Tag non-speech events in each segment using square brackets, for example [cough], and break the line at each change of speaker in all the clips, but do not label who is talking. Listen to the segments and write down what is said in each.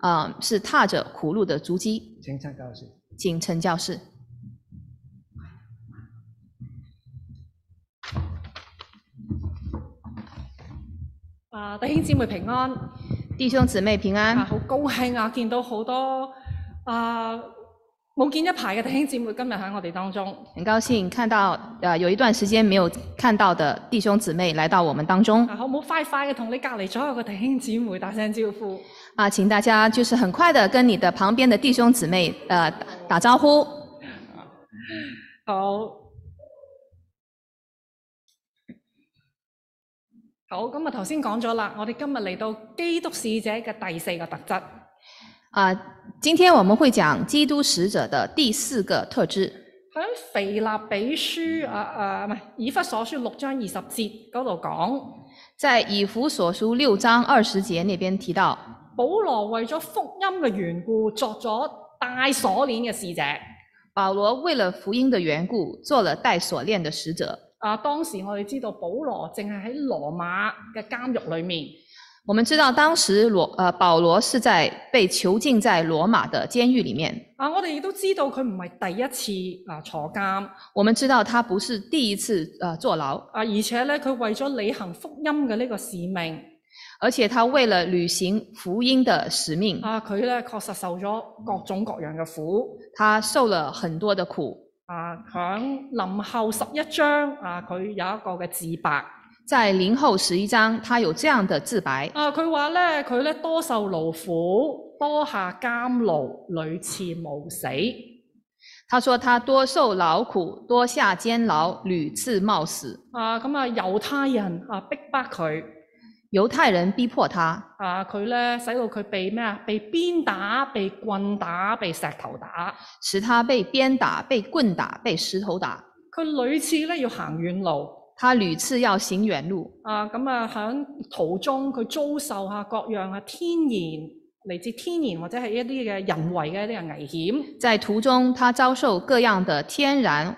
啊、是踏着苦路的足迹，
請陳教授。
请陈教士。
啊，弟兄姊妹平安，
弟兄姊妹平
啊，
安，
好高興啊！見到好多啊，冇見一排嘅弟兄姊妹今日喺我哋當中。啊
很高兴看到呃有一段时间没有看到的弟兄姊妹来到我们当中
啊，好唔好快快嘅同你隔離左右嘅弟兄姊妹打聲招呼？
啊，请大家就是很快的跟你的旁边的弟兄姊妹呃打招呼。
好，好，咁啊頭先講咗啦，我哋今日嚟到基督使者嘅第四個特質，
啊、今天我们会讲基督使者的第四个特质，
喺腓立比書啊啊唔係以弗所書六章二十節嗰度講。
在以弗所书六章二十节那边提到，
保羅為咗福音嘅緣故，作咗帶鎖鏈嘅使者。
保罗为了福音的缘故，做了带锁链的使者。
啊，當時我哋知道保羅淨係喺羅馬嘅監獄裏面，
我们知道，当时罗呃保罗是在被囚禁在罗马的监狱里面。
啊，我哋亦都知道佢唔係第一次啊坐監，啊
我们知道他不是第一次呃坐牢，
而且咧佢為咗履行福音嘅呢個使命，
而且他为了履行福音的使命，
啊佢咧確實受咗各種各樣嘅苦，
他受了很多的苦。
啊響林後十一章啊佢有一個嘅自白，
在零后十一章，他有这样的自白：
啊佢話咧佢咧多受勞苦，多下監牢，屢次冒死。
他说他多受劳苦，多下监牢，屡次冒死。
啊，咁啊，猶太人啊逼迫佢，
犹太人逼迫他，
啊佢咧使到佢被咩啊？被鞭打、被棍打、被石頭打，
使他被鞭打、被棍打、被石头打。
佢屢次咧要行遠路。
他屡次要行远路，
啊，咁啊喺途中佢遭受下各樣啊天然嚟自天然或者係一啲嘅人為嘅一啲嘅危險。
在途中，他遭受各样的天然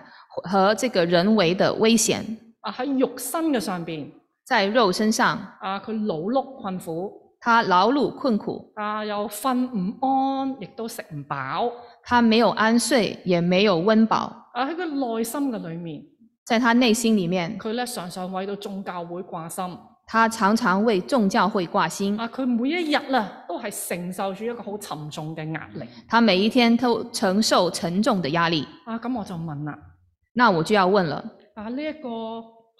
和这个人为的危险，
啊喺肉身嘅上邊，
在肉身上，
啊佢勞碌困苦，
他劳碌困苦，
啊又瞓唔安，亦都食唔飽。
他没有安睡，也没有温饱，
啊喺佢內心嘅裏面，
在他内心里面，
佢咧常常為到眾教會掛心。
他常常为众教会挂心，
啊！佢每一日啊，都係承受住一個好沉重嘅壓力。
他每一天都承受沉重的压力。
啊，咁我就問啦，
那我就要问了，
啊呢一、個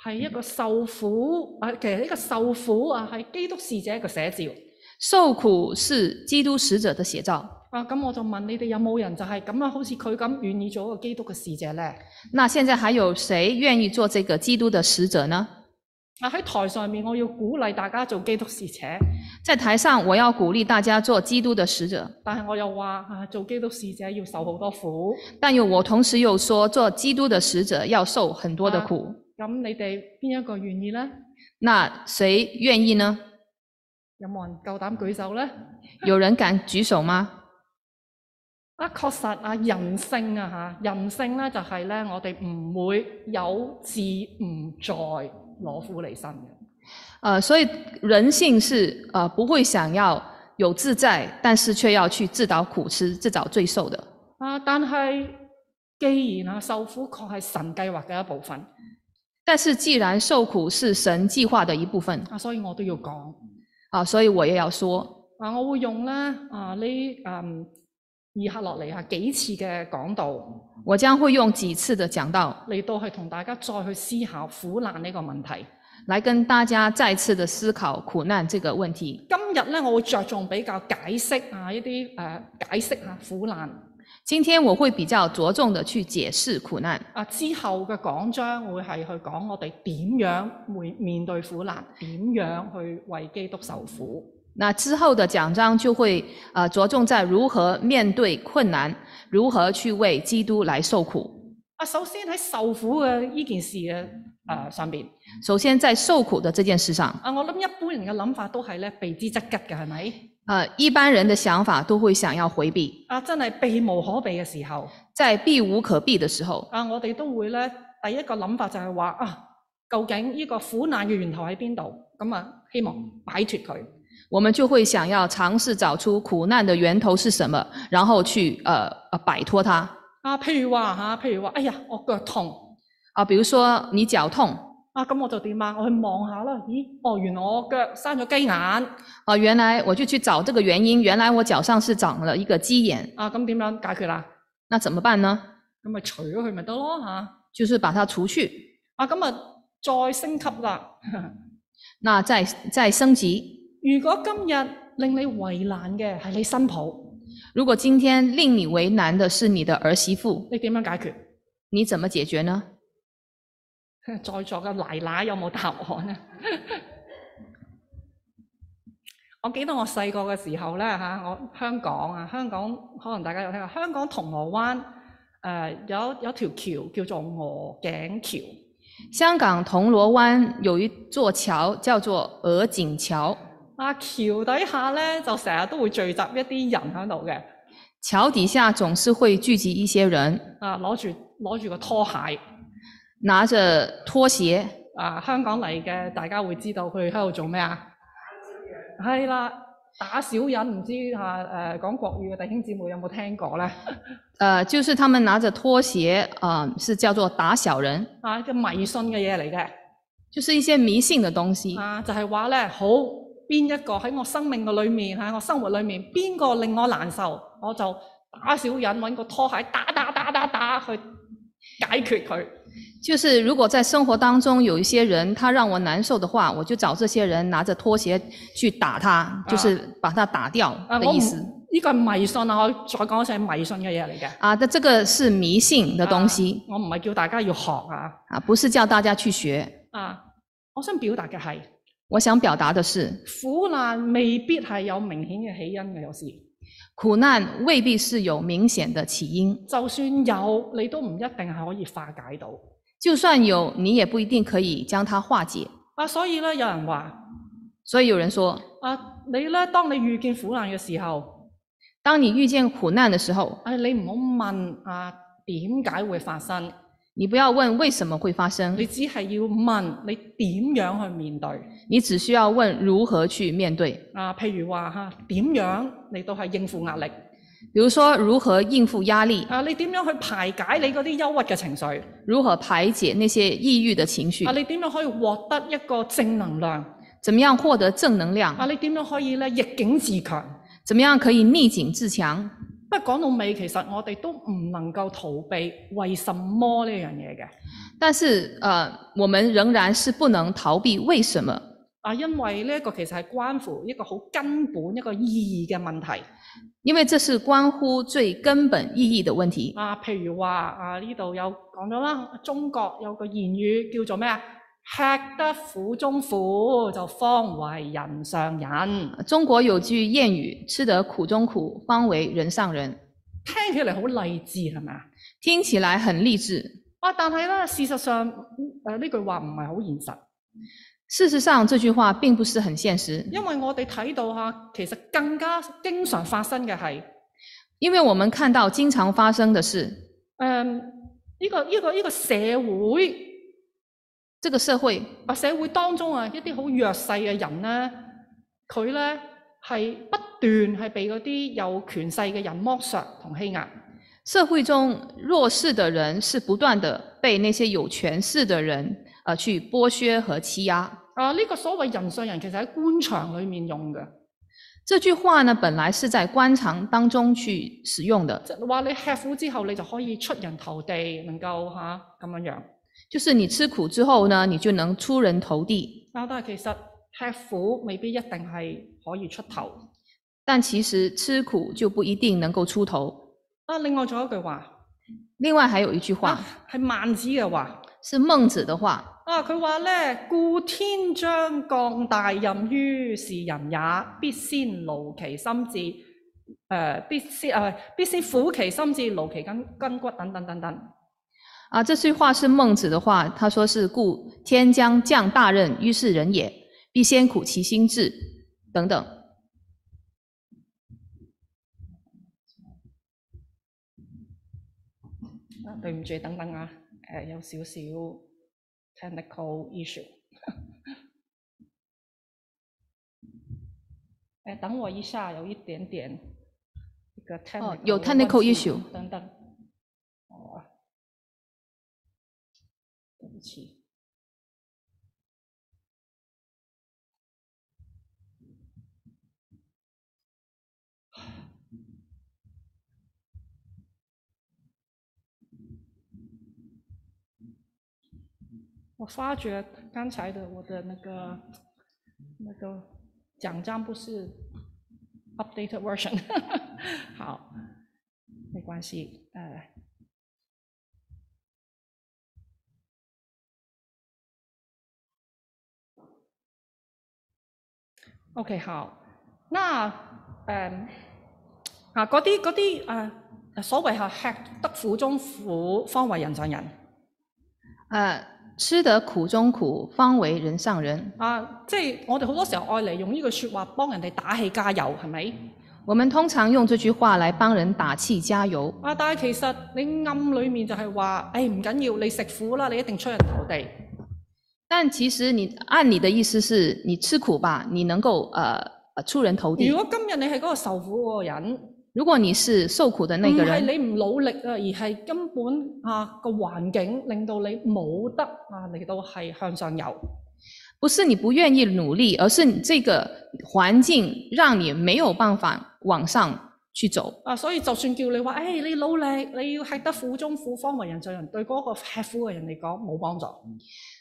係一個受苦啊，其實呢個受苦啊係基督使者嘅寫照。
受苦是基督使者的写照，
啊，咁我就問你哋有冇人就係咁啊？好似佢咁願意做一個基督嘅使者呢？
那现在还有谁愿意做这个基督的使者呢？
啊喺台上面，我要鼓勵大家做基督使者，
在台上，我要鼓励大家做基督的使者，
但係我又話啊，做基督使者要受好多苦。
但有我同时又说，做基督的使者要受很多的苦。
咁你哋邊一個願意呢？
那谁愿意呢？
有冇人夠膽舉手呢？
有人敢举手吗？
啊，確實啊，人性啊嚇，人性咧就係咧，我哋唔會有志唔在攞苦離身嘅。
呃，所以人性是呃不会想要有自在，但是却要去自找苦吃、自找罪受的。
啊，但係既然啊受苦確係神計劃嘅一部分
但是既然受苦是神计划的一部分
啊，所以我都要講
啊，所以我也要说，
啊，我會用咧啊呢嗯以下落嚟啊幾次嘅講道
我將会用几次的讲道
嚟到係同大家再去思考苦難呢個問題。
来跟大家再次的思考苦难这个问题。
今日咧，我會着重比較解釋啊一啲誒、呃解釋下苦難。
今天我会比较着重的去解释苦难，
啊，之後嘅講章會係去講我哋點樣會面對苦難，點樣去為基督受苦。
那之后的讲章就会呃着重在如何面对困难，如何去为基督来受苦。
啊，首先喺受苦嘅呢件事嘅誒、呃上邊，
首先在受苦的这件事上，
啊，我諗一般人嘅諗法都係咧避之則吉嘅，係咪？
呃，一般人的想法都会想要回避，
啊，真係避無可避嘅時候，
在避无可避的时候，
啊，我哋都會咧第一個諗法就係話啊，究竟呢個苦難嘅源頭喺邊度？咁啊，希望擺脱佢。
我们就会想要尝试找出苦难的源头是什么，然后去呃呃摆脱它
啊，譬如話嚇，譬如話，哎呀，我腳痛
啊。比如说你脚痛
啊，咁我就點啊？我去望下啦，咦，哦，原來我腳生咗雞眼啊，
啊，原來我就去找这个原因，原来我腳上是长了一个鸡眼，
咁點樣解決啊？
那怎么辦呢？
咁咪除咗佢咪得咯嚇，
就是把它除去。
啊，咁啊再升級啦。 [laughs]
那再再升级，
如果今日令你為難嘅係你新抱，
如果今天令你为难的是你的儿媳妇，
你點樣解決？ [laughs]
你怎么解决呢？
在座嘅奶奶有冇答案啊？ [laughs] 我記得我細個嘅時候咧嚇，我香港啊，香港可能大家有聽過，香港銅鑼灣誒、呃有有條橋叫做鵝頸橋，
香港铜锣湾有一座桥叫做鹅颈桥，
啊橋底下咧就成日都會聚集一啲人喺度嘅，
桥底下总是会聚集一些人，
啊攞住攞住個拖鞋，
拿着拖鞋。
啊香港嚟嘅大家會知道佢喺度做咩啊？係啦，打小人唔知嚇誒講國語嘅弟兄姊妹有冇聽過咧？
呃，就是他们拿着拖鞋，啊、是叫做打小人，
啊一個迷信嘅嘢嚟嘅，
就是一些迷信的东西。
啊就係話咧，好邊一個喺我生命嘅裏面喺我生活裏面，邊個令我難受，我就打小人揾個拖鞋打打打打打去解決佢。
就是如果在生活当中有一些人他让我难受的话，我就找这些人拿着拖鞋去打他，就是把他打掉
啊，
的
我唔
意思。
呢個係迷信啊！我再講一次係迷信嘅嘢嚟嘅。啊
啊，那这个是迷信的东西
我唔係叫大家要學啊！
啊，不是叫大家去学。
啊，我想表達嘅係
我想表达的是，
苦難未必係有明顯嘅起因嘅，有時
苦難未必是有明顯的起因，
就算有，你都唔一定係可以化解到。
就算有，你也不一定可以將它化解。
啊，所以咧，有人話。
所以有人說，
啊，你咧，當你遇見苦難嘅時候，
當你遇見苦難的時候，
啊，你唔好問啊點解會發生，
你不要問為什麼會發生
你，只係要問你點樣去面對。
你只需要問如何去面對。
啊，譬如話嚇點樣嚟到係應付壓力，
比如說，如何應付壓力，
啊，你點樣去排解你嗰啲憂鬱嘅情緒，
如何排解那些抑鬱的情緒
啊，，你點樣可以獲得一個正能量，
怎麼樣獲得正能
啊，
量，
你點樣可以咧逆境自強。
怎麼樣可以逆境自強。
不過講到尾，其實我哋都唔能夠逃避為什麼呢樣嘢嘅，
但是，呃，我們仍然是不能逃避為什麼。
啊，因為呢一個其實係關乎一個好根本一個意義嘅問題。
因为这是关乎最根本意义的问题。
啊，譬如話啊，呢度有講咗啦，中國有個言語叫做咩啊？吃得苦中苦，就方為人上人。
中国有句谚語：“吃得苦中苦，方為人上人。
聽起嚟好勵志係咪啊？”
聽起來很勵志，
啊，但係咧，事實上呃誒呢、句話唔係好現實，
事實上這句話並不是很現實，
因為我哋睇到嚇、其實更加經常發生嘅係
因為我們看到經常發生的是，
誒嗯呢個呢、個呢、個社會
这個社會
啊社會當中啊一啲好弱勢嘅人咧，佢咧係不斷係被嗰啲有權勢嘅人剝削同欺壓。
社會中弱勢的人是不斷的被那些有權勢的人呃去剝削和欺壓。
啊，呢、個所謂人上人其實喺官場裏面用嘅，
這句話呢，本來是在官場當中去使用的，
即係話你吃苦之後，你就可以出人頭地，能夠嚇咁、樣樣。
就是你吃苦之後呢，你就能出人頭地。
啊，但係其實吃苦未必一定係可以出頭。
但其實吃苦就不一定能夠出頭。
啊，另外仲有一句話，
另外還有一句話
啊係孟子嘅話。
是孟子的話，
啊！佢話咧，故天將降大任於是人也，必先勞其心志，誒、必先誒、必先苦其心志，勞其筋筋骨等等等等。
啊，這句話是孟子的話，他說是故天將降大任於是人也，必先苦其心志，等等。
啊，對唔住，等等啊，誒、有少少 technical issue。哎，等我一下，有一点点这个 technical
哦有
问
technical
题
issue
等等，哦，对不起，我发觉刚才的我的那个那个奖章不是 updated version，好，没关系，呃。OK，好，那誒、嗯啊嗰啲嗰啲誒所謂係吃得苦中苦，方為人上人。
呃，吃得苦中苦，方为人上人。
啊，即係我哋好多時候愛嚟用呢句説話幫人哋打氣加油，係咪？
我们通常用这句话来幫人打氣加油，
啊，但係其實你暗裏面就係話，誒唔緊要，你食苦啦，你一定出人頭地。
但其實你按你的意思是，你吃苦吧，你能夠呃呃出人頭地
如。果今日你係嗰個受苦嗰個人，
如果你是受苦的那
唔
個
係
人，
你唔努力啊，而係根本啊個環境令到你冇得啊嚟到係向上游。
不是你不願意努力，而是你這個環境讓你沒有辦法往上去走。
啊，所以就算叫你話，誒、哎你努力，你要吃得苦中苦，方為人上人，對嗰個吃苦嘅人嚟講冇幫助。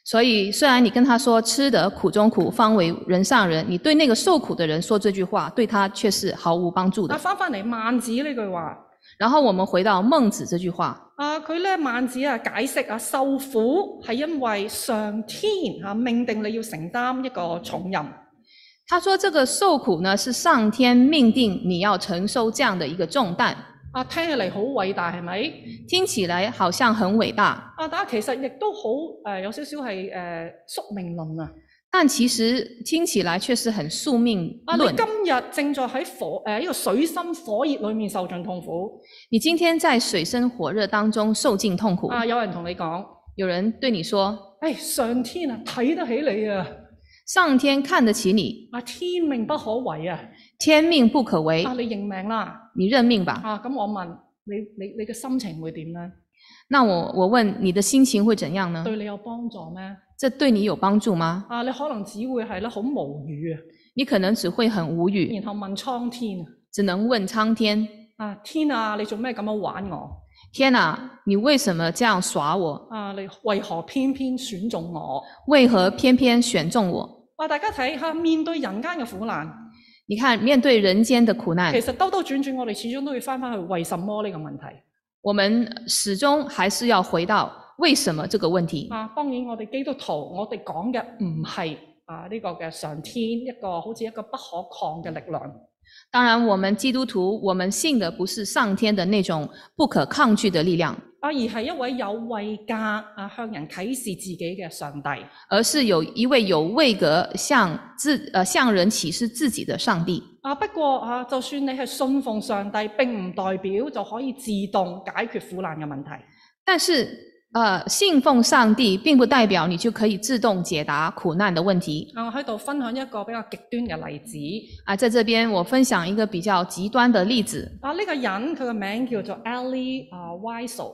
所以，雖然你跟他說“吃得苦中苦，方為人上人”，你對那個受苦的人說這句話，對他卻是毫無幫助
啊，
的。
翻返嚟孟子呢句話。
然後我們回到孟子這句話，
啊，佢咧孟子啊解釋啊，受苦係因為上天啊命定你要承擔一個重任。
他說：“這個受苦呢，是上天命定你要承受這樣的一個重擔。
啊，聽起嚟好偉大係咪？”
聽起來好像很偉大，
啊，但係其實亦都好誒、呃有少少係誒宿命論啊！
但其實聽起來卻是很宿命
啊，你
論。
今日正在喺火誒呢、個水深火熱裡面受盡痛苦。
你今天在水深火熱當中受盡痛苦，
啊，有人同你講：，誒、
有人對你說
上天啊睇得起你啊！
上天看得起你，
啊，天命不可違啊！
天命不可違
啊，，你認命啦！
你認命吧。
啊，咁我問你，你你嘅心情會點呢？
那我我問你的心情會怎樣呢？
對你有幫助咩？
這對你有幫助嗎？
啊，你可能只會係咧好無語啊，
你可能只會很無語，
然後問蒼天啊
只能問蒼天：
啊天啊，你做咩咁樣玩我？
天啊，你為什麼這樣耍我？
啊，你為何偏偏選中我？
為何偏偏選中我？
哇！大家睇下，面對人間嘅苦難，
你看，面對人間的苦難
其，實兜兜轉轉，我哋始終都要翻返去為什麼呢個問題。
我們始終還是要回到為什麼這個問題。
啊，當然我哋基督徒，我哋講嘅唔係啊呢、個嘅上天一個好似一個不可抗嘅力量。
當然，我們基督徒，我們信的不是上天的那種不可抗拒的力量，
啊，而係一位有位格啊，向人啟示自己嘅上帝。
而是有一位有位格向自呃向人启示自己的上帝。
啊，不過啊，就算你係信奉上帝，並唔代表就可以自動解決苦難嘅問題。
但是，呃，信奉上帝并不代表你就可以自動解答苦難的問題
啊，我喺度分享一個比較極端嘅例子。
啊。在這邊，我分享一個比較極端的例子。
啊，呢、個人佢嘅名叫做 Ellie 啊 Wiesel，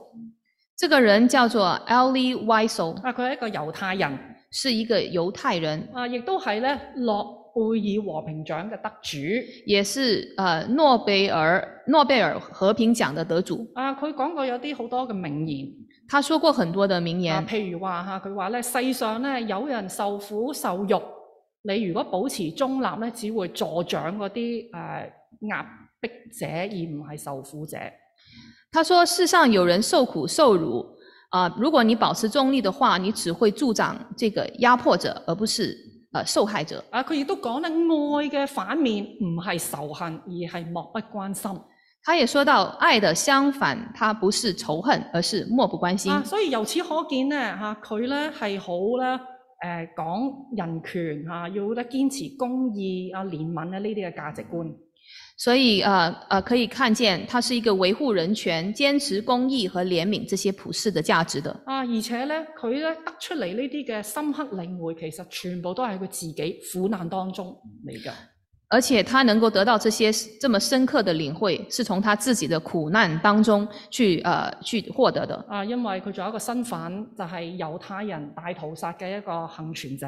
这個人叫做 Ellie Wiesel，
啊，佢係一個猶太人，
是一個猶太人，
啊，亦都係咧諾貝爾和平獎嘅得主。
也是呃諾貝爾諾貝爾和平獎的得主。
啊，佢講過有啲好多嘅名言。
他說過很多的名言
啊，，譬如話嚇，佢話咧世上咧有人受苦受辱，你如果保持中立咧，只會助長嗰啲誒壓迫者，而唔係受苦者。
他说：“世上有人受苦受辱啊、如果你保持中立的话，你只会助长这个压迫者，而不是呃受害者。
啊，佢亦都講咧，愛嘅反面唔係仇恨，而係漠不關心。”
他也说到，爱的相反，它不是仇恨，而是漠不关心。
啊，所以由此可見咧嚇，佢咧係好咧誒講人權嚇、啊要咧堅持公義啊、憐憫啊呢啲嘅價值觀。
所以呃呃，可以看见他是一个维护人权、坚持公益和怜悯这些普世的价值的。
啊，而且咧，佢咧得出嚟呢啲嘅深刻領會，其實全部都係佢自己苦難當中嚟㗎。
而且他能够得到这些这么深刻的领会，是从他自己的苦难当中去呃去获得的。
啊，因為佢仲有一個身份，就係、猶太人大屠殺嘅一個幸存者。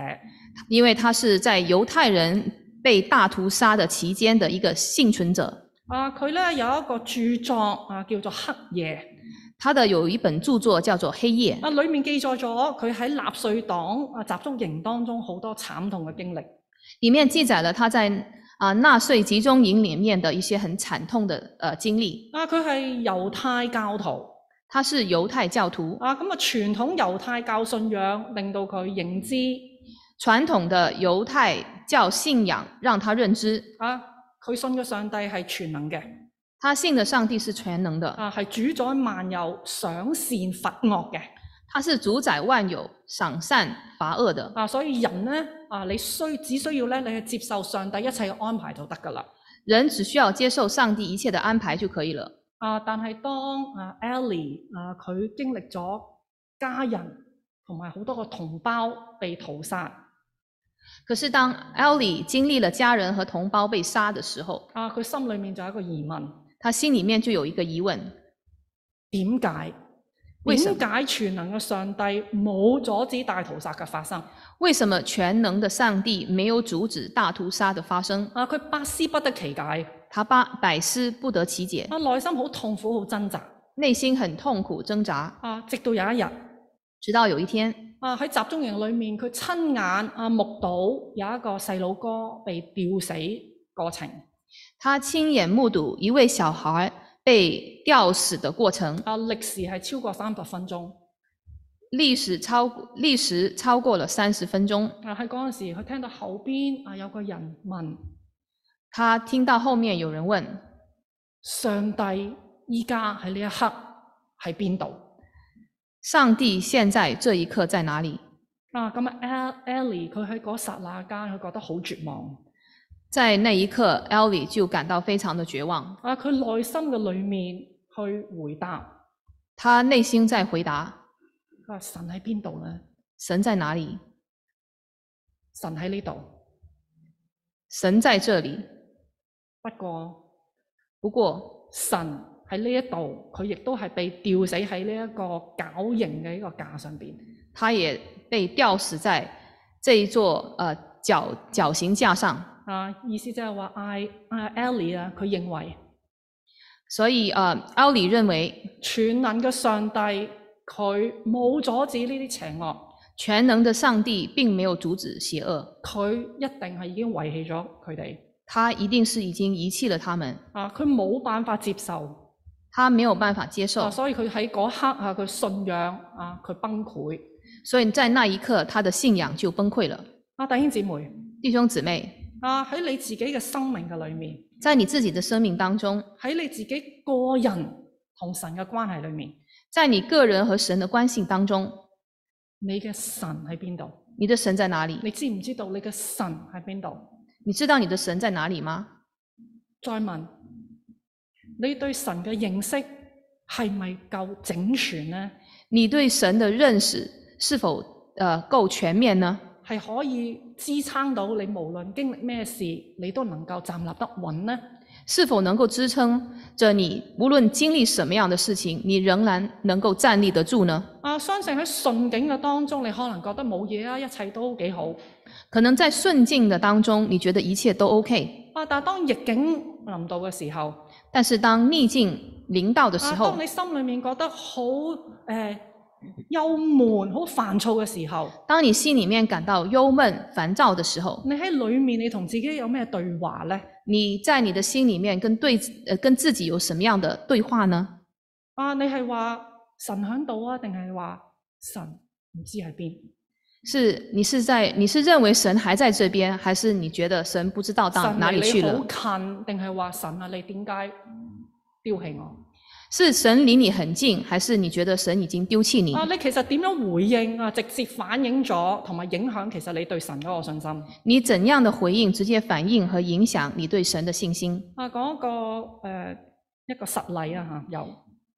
因为他是在犹太人被大屠杀的期间的一个幸存者。
啊，佢咧有一個著作啊，叫做《黑夜
他的有一本著作叫做《黑夜》》，
啊，裡面記載咗佢喺納粹黨啊集中營當中好多慘痛嘅經歷。
里面记载了他在啊、纳粹集中营里面的一些很惨痛的呃经历。
啊，佢係猶太教徒。
他是犹太教徒，
啊，咁啊傳統猶太教信仰令到佢認知
传統的犹太教信仰让他认知，
啊，佢信嘅上帝係全能嘅，
他信的上帝是全能的，
啊係主宰萬有、賞善罰惡嘅，
他是主宰万有、赏善罚恶的。
啊所以人呢，啊你需只需要咧你去接受上帝一切嘅安排就得㗎啦。
人只需要接受上帝一切的安排就可以了。
啊，但係當啊 Ellie 啊佢經歷咗家人同埋好多個同胞被屠殺，
可是当 Ellie 经歷了家人和同胞被杀的时候，
啊佢心裡面就有一個疑問：
她心里面就有一个疑问：
點解？
為什麼
點解全能嘅上帝冇阻止大屠殺嘅發生？
为什么全能的上帝没有阻止大屠杀的发生？
啊，佢百思不得其解，啊，
她八百思不得其解，
內心好痛苦，好掙扎。
内心很痛苦挣扎。
啊，直到有一日，
直到有一天，
啊喺集中營裏面，佢親眼啊目睹有一個細佬哥被吊死過程。
她亲眼目睹一位小孩被吊死的过程，
啊，歷時係超過三十分鐘。
历史超历时超过了三十分钟。
啊，喺嗰陣時，佢聽到後邊啊有個人問：
她听到后面有人问
上帝依家喺呢一刻喺邊度？：“
上帝现在这一刻在哪里？”
啊，咁啊，El- Ellie 佢喺嗰剎那間，佢覺得好絕望。
在那一刻，Ellie 就感到非常的绝望。
啊，佢內心嘅裏面去回答：
她内心在回答：
啊，神喺邊度呢？
神在哪里？
神喺呢度，
神在这里。
不過
不过，
神喺呢一度，佢亦都係被吊死喺呢一個絞刑嘅呢個架上邊。
她也被吊死在这一座呃绞绞刑架上。
啊，意思即係話嗌啊 Ellie 啊，佢認為。
所以，呃，Ellie 认为
全能嘅上帝，佢冇阻止呢啲邪惡，
全能的上帝并没有阻止邪恶，
佢一定係已經遺棄咗佢哋。
他一定是已经遗弃了他们，
啊，佢冇辦法接受，
他没有办法接
啊，
受。
所以佢喺嗰刻啊，佢信仰啊，佢崩潰。
所以在那一刻，他的信仰就崩溃了。
啊，弟兄姊妹，
弟兄姊妹，
啊喺你自己嘅生命嘅裏面，
在你自己的生命当中，
喺你自己個人同神嘅關係裏面，
在你个人和神的关系当中，
你嘅神喺邊度？
你的神在哪里？
你知唔知道你嘅神喺邊度？
你知道你的神在哪里吗？
再問你對神嘅認識係咪夠整全呢？
你对神的认识是否呃够全面呢？
係可以支撐到你無論經歷咩事，你都能夠站立得穩呢？
是否能够支撑着你无论经历什么样的事情，你仍然能够站立得住呢？
啊，相信喺順境嘅當中，你可能覺得冇嘢啊，一切都幾好。
可能在顺境的当中，你觉得一切都 OK，
啊，但係當逆境臨到嘅時候，
但是当逆境临到的时
啊，
候
當，你心裡面覺得好誒、呃憂悶、好煩躁嘅時候，
当你心里面感到忧闷、烦躁的时候，
你喺裡面你同自己有咩對話呢？
你在你的心里面跟对呃跟自己有什么样的对话呢？
啊，你係話神喺度啊，定係話神唔知喺邊？
是你是在你是认为神还在这边，还是你觉得神不知道到
神
哪里
離
去
你
了？
好近，定係話神啊？你點解丟棄我？
是神离你很近，还是你觉得神已經丟棄你
啊，？你其實點樣回應啊？直接反映咗同埋影響其實你對神嗰個信心。啊
你怎样的回應直接反映和影響你對神的信心？
啊，講一個誒、呃一個實例啊嚇，有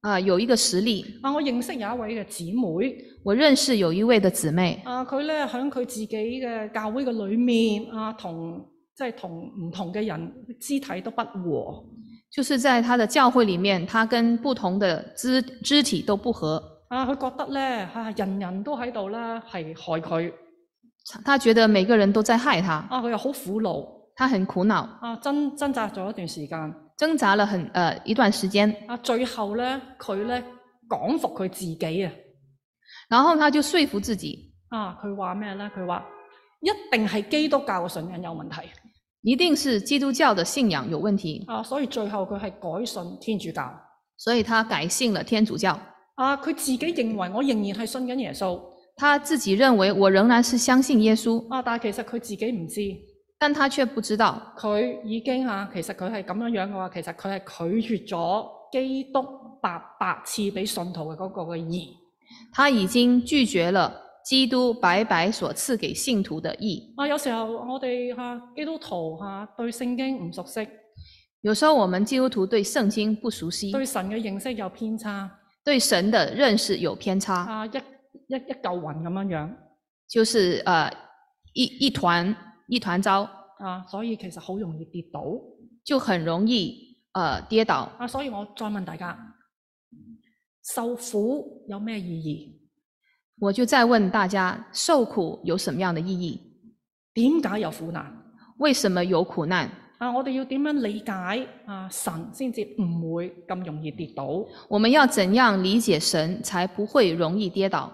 啊、有一个實例，
啊，我認識有一位嘅姊妹
我認識有一位的姊妹，
啊，佢咧喺佢自己嘅教會嘅裏面啊，同即即係同唔同嘅人肢體都不和。
就是在他的教会里面，他跟不同的肢肢体都不合，
啊，佢覺得咧嚇、啊人人都喺度啦，係害佢。
他覺得每个人都在害他，
啊，佢又好苦惱。
他很苦恼，
啊，掙掙扎咗一段時間。
挣扎了很呃一段时间，
啊，最後咧佢咧講服佢自己啊。
然后他就说服自己，
啊，佢話咩咧？佢話一定係基督教嘅信仰有問題。
一定是基督教的信仰有问题，
啊，所以最後佢係改信天主教。
所以他改信了天主教。
啊，佢自己認為我仍然係信緊耶穌。
他自己认为我仍然是相信耶稣，
啊，但係其實佢自己唔知，
但他却不知道，
佢已經啊，其實佢係咁樣樣嘅話，其實佢係拒絕咗基督白白賜俾信徒嘅嗰個嘅義。
他已经拒绝了基督白白所赐给信徒的义。
啊，有時候我哋嚇、啊基督徒嚇、啊、對聖經唔熟悉，
有时候我们基督徒对圣经不熟悉，
對神嘅認識有偏差，
对神的认识有偏差，
啊，一一一嚿雲咁樣樣，
就是呃一一团一团糟，
啊，所以其實好容易跌倒。
就很容易呃跌倒。
啊，所以我再問大家，受苦有咩意
我就再問大家，受苦有什么樣的意义？
義？點解有苦難？
为什么有苦难？
啊，我哋要點樣理解啊？神先至唔會咁容易跌倒。
我们要怎样理解神，才不会容易跌倒？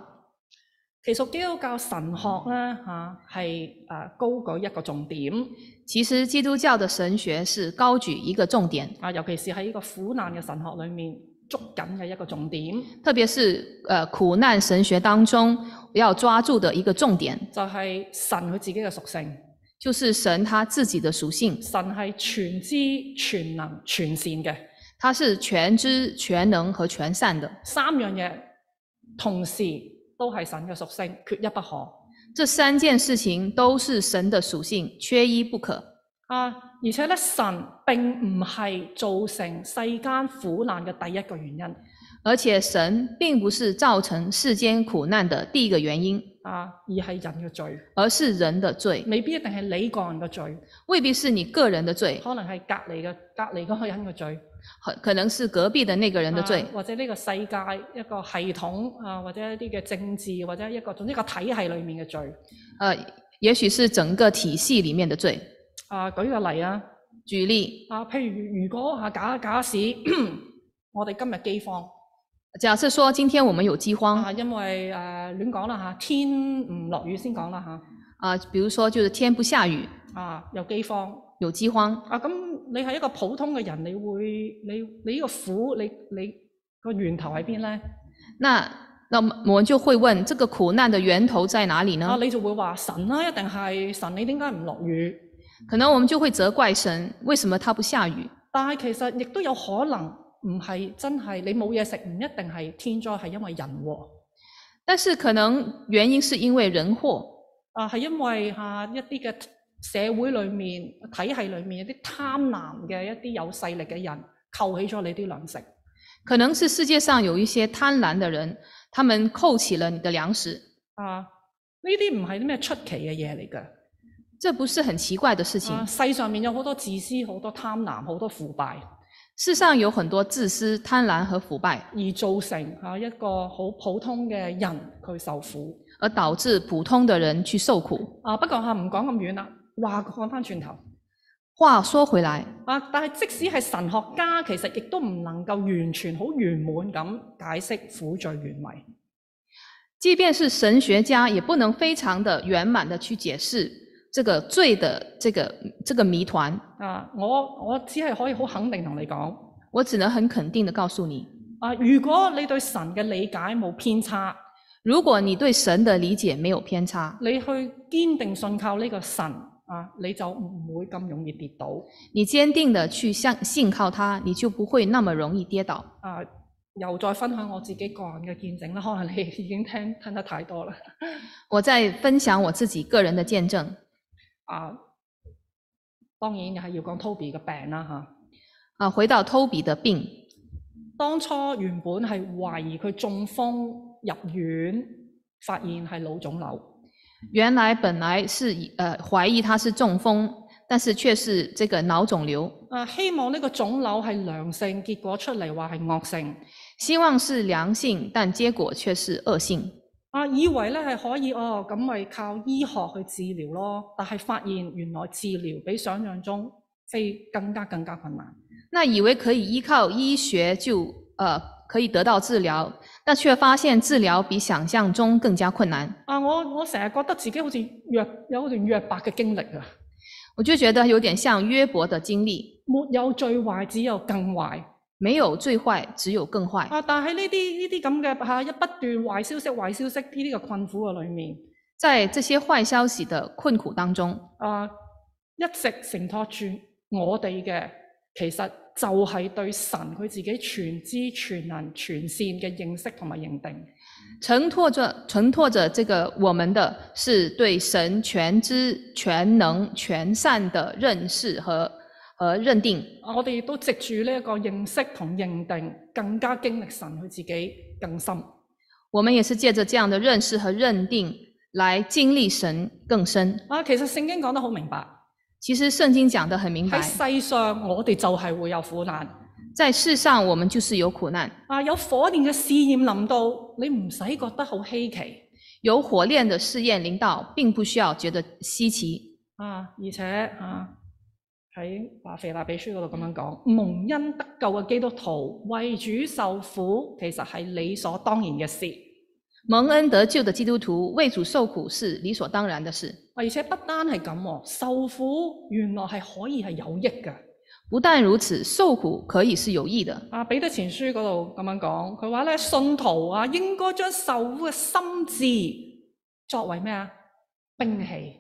其實基督教神學咧嚇係啊高舉一個重點
其实基督教的神学是高举一個重点，
啊，尤其是喺呢個苦難嘅神學裏面捉緊嘅一個重點，
特別是呃苦難神学當中要抓住的一個重點，
就係、神佢自己嘅屬性。
就是神他自己的屬性，
神係全知、全能、全善嘅
他是全知、全能和全善的，
三樣嘢，同時都係神嘅屬性，缺一不可。
这三件事情都是神的屬性，缺一不可。
啊，而且咧，神並唔係造成世間苦難嘅第一個原因。
而且神并不是造成世间苦難的第一個原因，
啊，而係人嘅罪，
而是人的罪，
未必一定係你個人嘅罪，
未必是你個人的罪，
可能係隔離嘅隔離嗰個人嘅罪，
很可能是隔壁的那個人的罪
啊，或者呢個世界一個系統啊，或者一啲嘅政治或者一個總之一個體系裡面嘅罪。
呃，也許是整個體系里面的罪。
啊，舉個例啊，
舉例，
啊，譬如如果啊假假使我哋今日饑荒
假設說今天我們有饑荒
啊，因為誒、呃、亂講啦嚇，天唔落雨先講啦嚇，
啊、比如說就是天不下雨，
啊有饑荒。
有饑荒，
啊，咁你係一個普通嘅人，你會你你呢個苦，你你個源頭喺邊咧？
那那么我们就會問這個苦難的源頭在哪裡
啊，
呢？
你就會話神啦、一定係神，你點解唔落雨？
可能我們就會責怪神，為什麼他不下雨？
但係其實亦都有可能唔係真係你冇嘢食，唔一定係天災，係因為人禍，
但是可能原因是因為人禍，
啊係因為嚇、啊一啲嘅社會裡面體系裡面一啲貪婪嘅一啲有勢力嘅人扣起咗你啲糧食。
可能是世界上有一些貪婪的人，他們扣起了你的糧食，
啊，呢啲唔係啲咩出奇嘅嘢嚟㗎。
這不是很奇怪的事情。
啊，世上面有好多自私、好多貪婪、好多腐敗，
世上有很多自私、貪婪和腐敗，
而造成啊一個好普通嘅人佢受苦。
而導致普通的人去受苦。
啊，不過嚇唔講咁遠啦，話講翻轉頭
話說回來，
啊，但係即使係神學家，其實亦都唔能夠完全好圓滿咁解釋苦罪原委。
即便是神學家，也不能非常的圓滿的去解釋這個罪的这个这个谜团。
啊，我我只係可以好肯定同你講，
我只能很肯定的告訴你，
啊，如果你對神嘅理解冇偏差，
如果你對神的理解沒有偏差，
你去堅定信靠呢個神啊，你就唔會咁容易跌倒。
你堅定的去相信靠他，你就不會那麼容易跌倒。
啊，又再分享我自己個人嘅見證啦，可能你已經聽聽得太多啦。
我再分享我自己個人的見證，
啊，當然又係要講 Toby 嘅病啦嚇。
啊，回到托比的病，
當初原本係懷疑佢中風入院，發現係腦腫瘤。
原來本來是以呃懷疑他是中風，但是却是这个脑肿瘤。
啊，希望呢個腫瘤係良性，結果出嚟話係惡性。
希望是良性，但结果却是恶性。
啊，以為咧係可以哦，咁咪靠醫學去治療咯。但係發現原來治療比想象中非更加更加困難。
那以为可以依靠医学就呃可以得到治疗，但却发现治疗比想象中更加困难。
啊，我我成日覺得自己好似約有一段約伯嘅經歷啊，
我就觉得有点像约伯的经历，
沒有最壞，只有更壞。
没有最坏，只有更坏。
啊，但係呢啲呢啲咁嘅啊嚇一不斷壞消息、壞消息呢啲嘅困苦嘅裏面，
在这些坏消息的困苦当中，
啊，一直承托住我哋嘅，其實就係對神佢自己全知、全能、全善嘅認識同埋認定。
承托着承托着这个我们的是对神全知、全能、全善的认识和和认定。
啊我哋亦都藉住呢一個認識同認定，更加經歷神佢自己更深。
我们也是借着这样的认识和认定来经历神更深。
啊，其實聖經講得好明白，
其实圣经讲得很明
喺
白，
世上我哋就係會有苦難。
在世上我们就是有苦难，
啊，有火煉嘅試驗臨到，你唔使覺得好稀奇。
有火炼的试验领导，并不需要觉得稀奇。
啊，而且啊喺話腓立比書嗰度咁樣講，蒙恩得救嘅基督徒為主受苦，其實係理所當然嘅事。
蒙恩得救的基督徒为主受苦是理所当然的事，
而且不單係咁喎，受苦原來係可以係有益嘅。
不但如此，受苦可以是有益的。
啊，彼得前書嗰度咁樣講，佢話咧，信徒啊應該將受苦嘅心志作為咩啊兵器。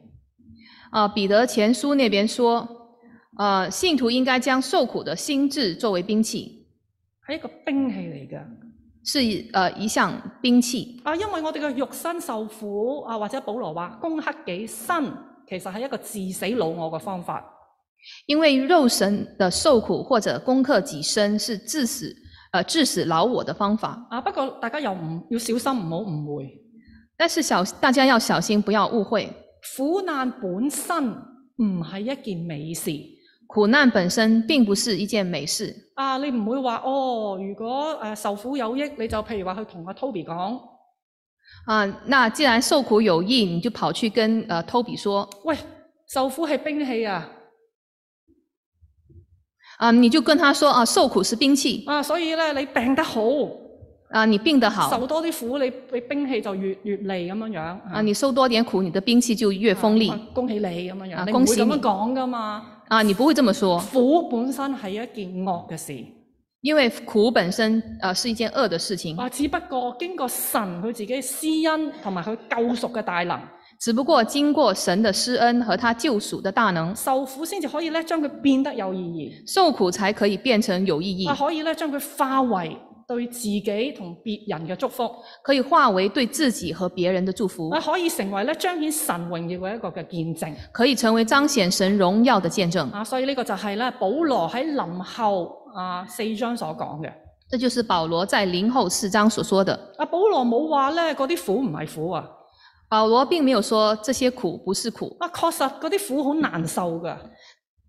啊、彼得前书那边说，呃，信徒应该将受苦的心智作为兵器，
係一個兵器嚟㗎。
是一呃一项兵器。
啊，因為我哋嘅肉身受苦啊，或者保羅話攻克己身，其實係一個治死老我嘅方法。
因为肉身的受苦或者攻克己身是致死，呃，致死老我的方法。
啊，不過大家又唔要小心，唔好誤會。
但是小大家要小心，不要误会，
苦難本身唔係一件美事。
苦难本身并不是一件美事。
啊，你唔會話哦，如果誒、呃受苦有益，你就譬如話去同阿 Toby 講，
啊、那既然受苦有益，你就跑去跟呃 Toby 说，
喂，受苦係兵器啊！
啊、你就跟他说啊、受苦是兵器，
啊，所以咧你病得好，
啊、你病得好，
受多啲苦，你你兵器就越越利咁樣樣。啊
啊，你受多点苦，你的兵器就越锋利
啊恭喜你咁樣樣，
啊
你唔會
恭喜
咁
你
樣講噶嘛。
啊！你不会这么说，
苦本身係一件惡嘅事，
因为苦本身呃是一件恶的事情，
啊，只不過經過神佢自己施恩同埋佢救贖嘅大能，
只不过經過神的施恩和他救赎的大能，
受苦先至可以咧將佢變得有意
受苦才可以變成有意義
義，啊，，可以咧將佢化為對自己同別人嘅祝福，
可以化为對自己和別人的祝福
啊，，可以成為咧彰顯神榮耀嘅一個嘅見證，
可以成為彰顯神榮耀的見證。
啊，所以呢個就係咧保羅喺臨後啊四章所講嘅。
这就是保羅在林後四章所說的。
啊，保羅冇話咧嗰啲苦唔係苦啊，
保羅並沒有說這些苦不是苦，
啊，確實嗰啲苦好難受㗎。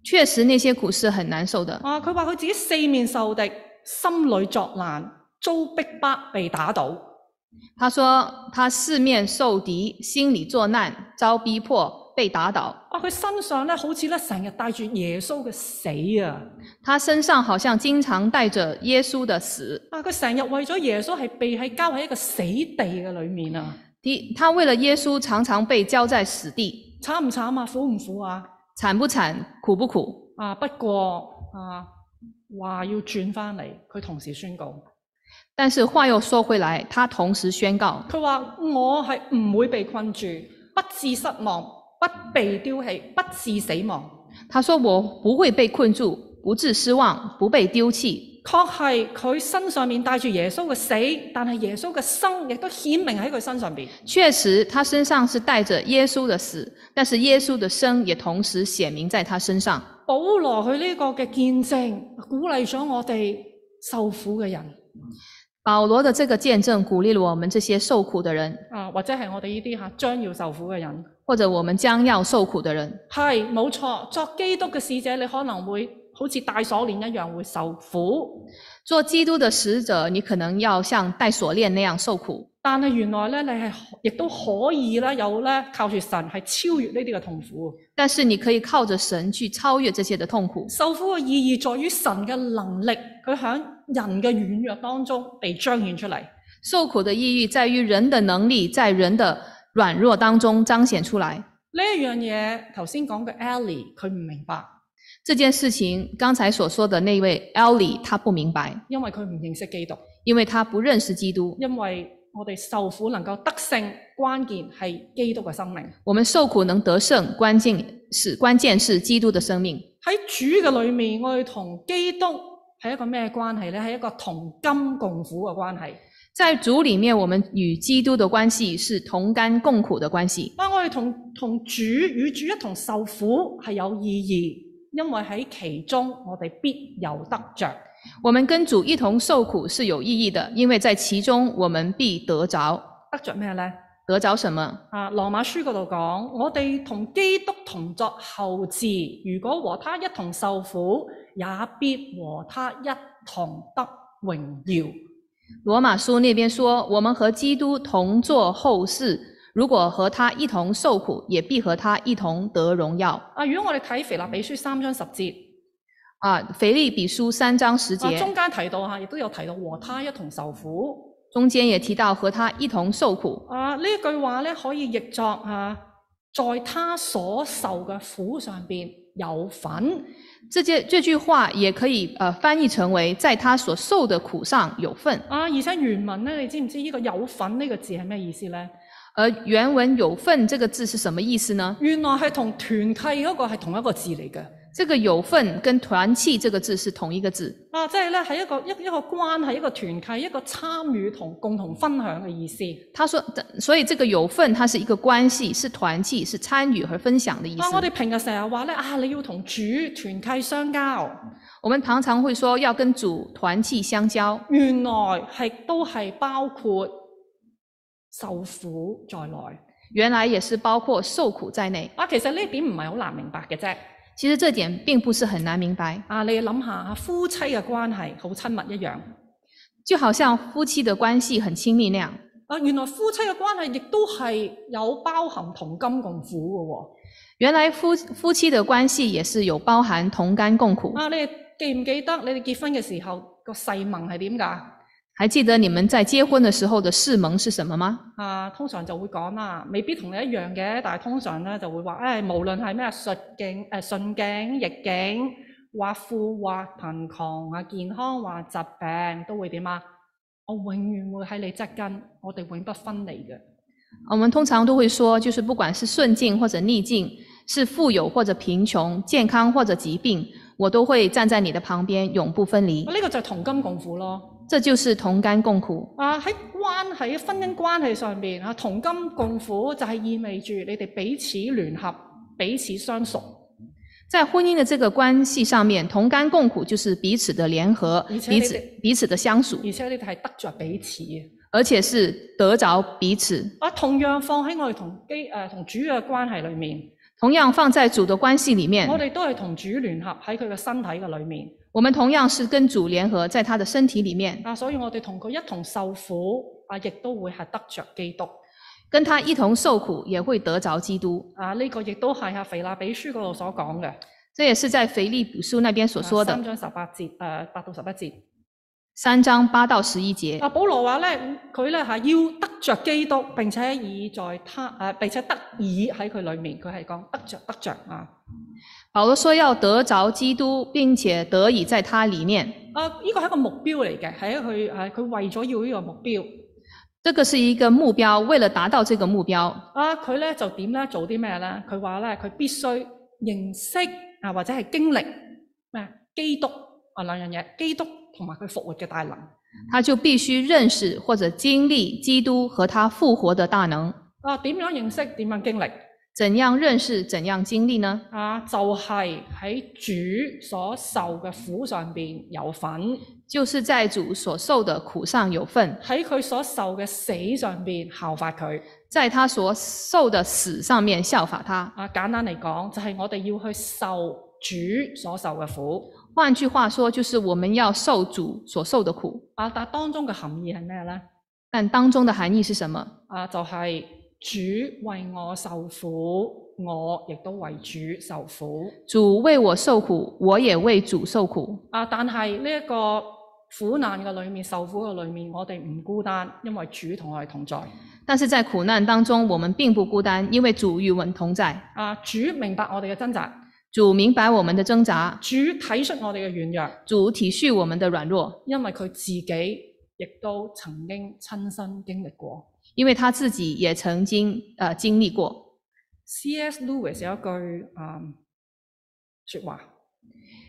確實那些苦是很難受的。
啊，佢話佢自己四面受敵，心裏作難，遭逼迫，被打倒。
他說他四面受敵，心里作難，遭逼迫，被打倒。
啊，佢身上咧好似咧成日帶住耶穌嘅死啊！
他身上好像經常帶着耶穌的死，
啊，佢成日為咗耶穌係被喺交喺一個死地嘅裏面啊！
第他为了耶穌常常被交在死地，
慘唔慘啊？苦唔苦啊？
慘不慘，苦不苦？
啊，不過啊，話要轉翻嚟，佢同時宣告，
但是话又说回来，他同時宣告，
佢話我係唔會被困住，不致失望，不被丟棄，不致死亡。
他说：“我不会被困住，不致失望，不被丢弃。
確係佢身上面帶住耶穌嘅死，但係耶穌嘅生亦都顯明喺佢身上邊。
確實，他身上是帶着耶穌的死，但是耶穌的生也同時顯明在他身上。
保羅佢呢個嘅見證，鼓勵咗我哋受苦嘅人
保羅的這個見證鼓勵了我們這些受苦的人，
啊，或者係我哋呢啲嚇將要受苦嘅人
或者我们将要受苦的人。
係冇錯，作基督嘅使者，你可能會好似戴鎖鏈一樣會受苦，
做基督的使者，你可能要像戴锁链那样受苦，
但係原來咧，你係亦都可以咧有咧靠住神係超越呢啲嘅痛苦。
但是你可以靠着神去超越这些的痛苦。
受苦嘅意義在於神嘅能力，佢喺人嘅軟弱當中被彰顯出嚟。
受苦的意义在于人的能力在人的软弱当中彰显出来。
呢一樣嘢頭先講嘅 Ellie 佢唔明白，
这件事情，刚才所说的那位 Ellie 他不明白，
因為佢唔認識基督，
因为他不认识基督。
因為我哋受苦能夠得勝，關鍵係基督嘅生命。
我们受苦能得胜，关键是关键是基督的生命。
喺主嘅裏面，我哋同基督係一個咩關係呢？係一個同甘共苦嘅關係。
在主里面，我们与基督的关系是同甘共苦的关系。
當我哋同同主與主一同受苦係有意義，因為喺其中我哋必有得着。
我们跟主一同受苦是有意义的，因为在其中我们必得着。
得着咩呢？
得着什么？
啊，羅馬書嗰度講，我哋同基督同作後嗣，如果和他一同受苦，也必和他一同得榮耀。
罗马书那边说，我们和基督同作后世，如果和他一同受苦，也必和他一同得荣耀。
啊，如果我哋睇腓立比書三章十節。
啊，腓利比书三章十
啊，
节、
中間提到嚇，亦都有提到和他一同受苦。
中间也提到和他一同受苦。
啊，呢一句話咧可以譯作啊，在他所受嘅苦上邊有份。
这些这句话也可以呃翻译成为在他所受的苦上有份。
啊，而且原文咧，你知唔知呢個有份呢個字係咩意思咧？
而原文“有份”这个字是什么意思呢？
原來係同團契嗰個係同一個字嚟嘅。
这个“有份”跟“团契”这个字是同一个字，
啊，即係咧係一個一一個關係，一個團契，一個參與同共同分享嘅意思。
他说，所以这个“有份”它是一个关系，是团契，是参与和分享的意思
啊，。我哋平日成日話咧啊，你要同主團契相交，
我们常常会说要跟主团契相交，
原來係都係包括受苦在內。
原来也是包括受苦在内。
啊，其實呢點唔係好難明白嘅啫。
其实这点并不是很难明白，
啊，你諗下夫妻嘅關係好親密一樣。
就好像夫妻的关系很親密那样。
啊，原來夫妻嘅關係亦都係有包含同甘共苦
原来夫夫妻的关系也是有包含同甘共苦
嘅喎。。啊，你哋記唔記得你哋結婚嘅時候個誓盟係點㗎？
还记得你们在结婚的时候的誓盟是什么吗？
啊，通常就會講啦，未必同你一樣嘅，但係通常咧就會話，誒、無論係咩順境、誒、順境、逆境，或富或貧窮啊，健康或疾病，都會點啊？我永遠會喺你側跟，我哋永不分離嘅。
我们通常都会说，就是不管是顺境或者逆境，是富有或者贫穷，健康或者疾病，我都会站在你的旁边，永不分离
呢、。個就係同甘共苦咯。
这就是同甘共苦。
啊，喺關係、婚姻關係上邊啊，同甘共苦就係意味住你哋彼此聯合、彼此相屬，
在婚姻的这个关系上面，同甘共苦就是彼此的联合
而，且
彼
你
此
得
彼此的相属，
而且你哋係得着彼此嘅。
而且是得着彼此。
啊，同樣放喺我哋同基誒、同主嘅關係裏面，
同样放在主的关系里面
我，哋都係同主聯合喺佢嘅身體嘅裏面
我们同样是跟主联合，在他的身体里面，
啊，所以我哋同佢一同受苦啊，亦都會係得着基督
跟他一同受苦，也会得着基督。
啊。呢、個亦都係阿腓立比書嗰度所講嘅，
这也是在腓利比书那边所说
啊
的
三章十八節誒八到十一節。啊
三章八到十一节。
阿保羅話咧，佢咧係要得着基督，並且以在他誒、啊並且得以喺佢裏面，佢係講得着得着啊。
保罗说要得着基督，并且得以在他里面，
啊，呢個係一個目標嚟嘅，係一佢誒佢為咗要呢個目標。
这个是一个目标。为了達到這個目標，
啊，佢咧就點咧做啲咩咧？佢話咧，佢必須認識啊，或者係經歷咩基督啊兩樣嘢，基督同埋佢復活嘅大能。
他就必須認識或者經歷基督和他復活的大能。
啊，點樣認識？點樣經歷？
怎样认识，怎样经历呢？
啊，就係喺主所受嘅苦上邊有份，
就是在主所受的苦上有份，
喺佢所受嘅死上邊效法佢。
在他所受的死上面效法他。
啊，簡單嚟講，就係、我哋要去受主所受嘅苦。
换句话说，就是我们要受主所受的苦。
啊，但當中嘅含義係咩呢？
但当中的含义是什么？
啊，就係、主為我受苦，我亦都為主受苦。
主为我受苦，我也为主受苦。
啊，但係呢一個苦難嘅裏面，受苦嘅裏面，我哋唔孤單，因為主同我哋同在。
但是在苦难当中，我们并不孤单，因为主与我们同在。
啊，主明白我哋嘅掙扎，
主明白我们的挣扎，
主體恤我哋嘅軟弱，
主体恤我们的软弱，
因為佢自己亦都曾經親身經歷過。
因为他自己也曾经呃经历过。
C.S. Lewis 有一句啊、説話，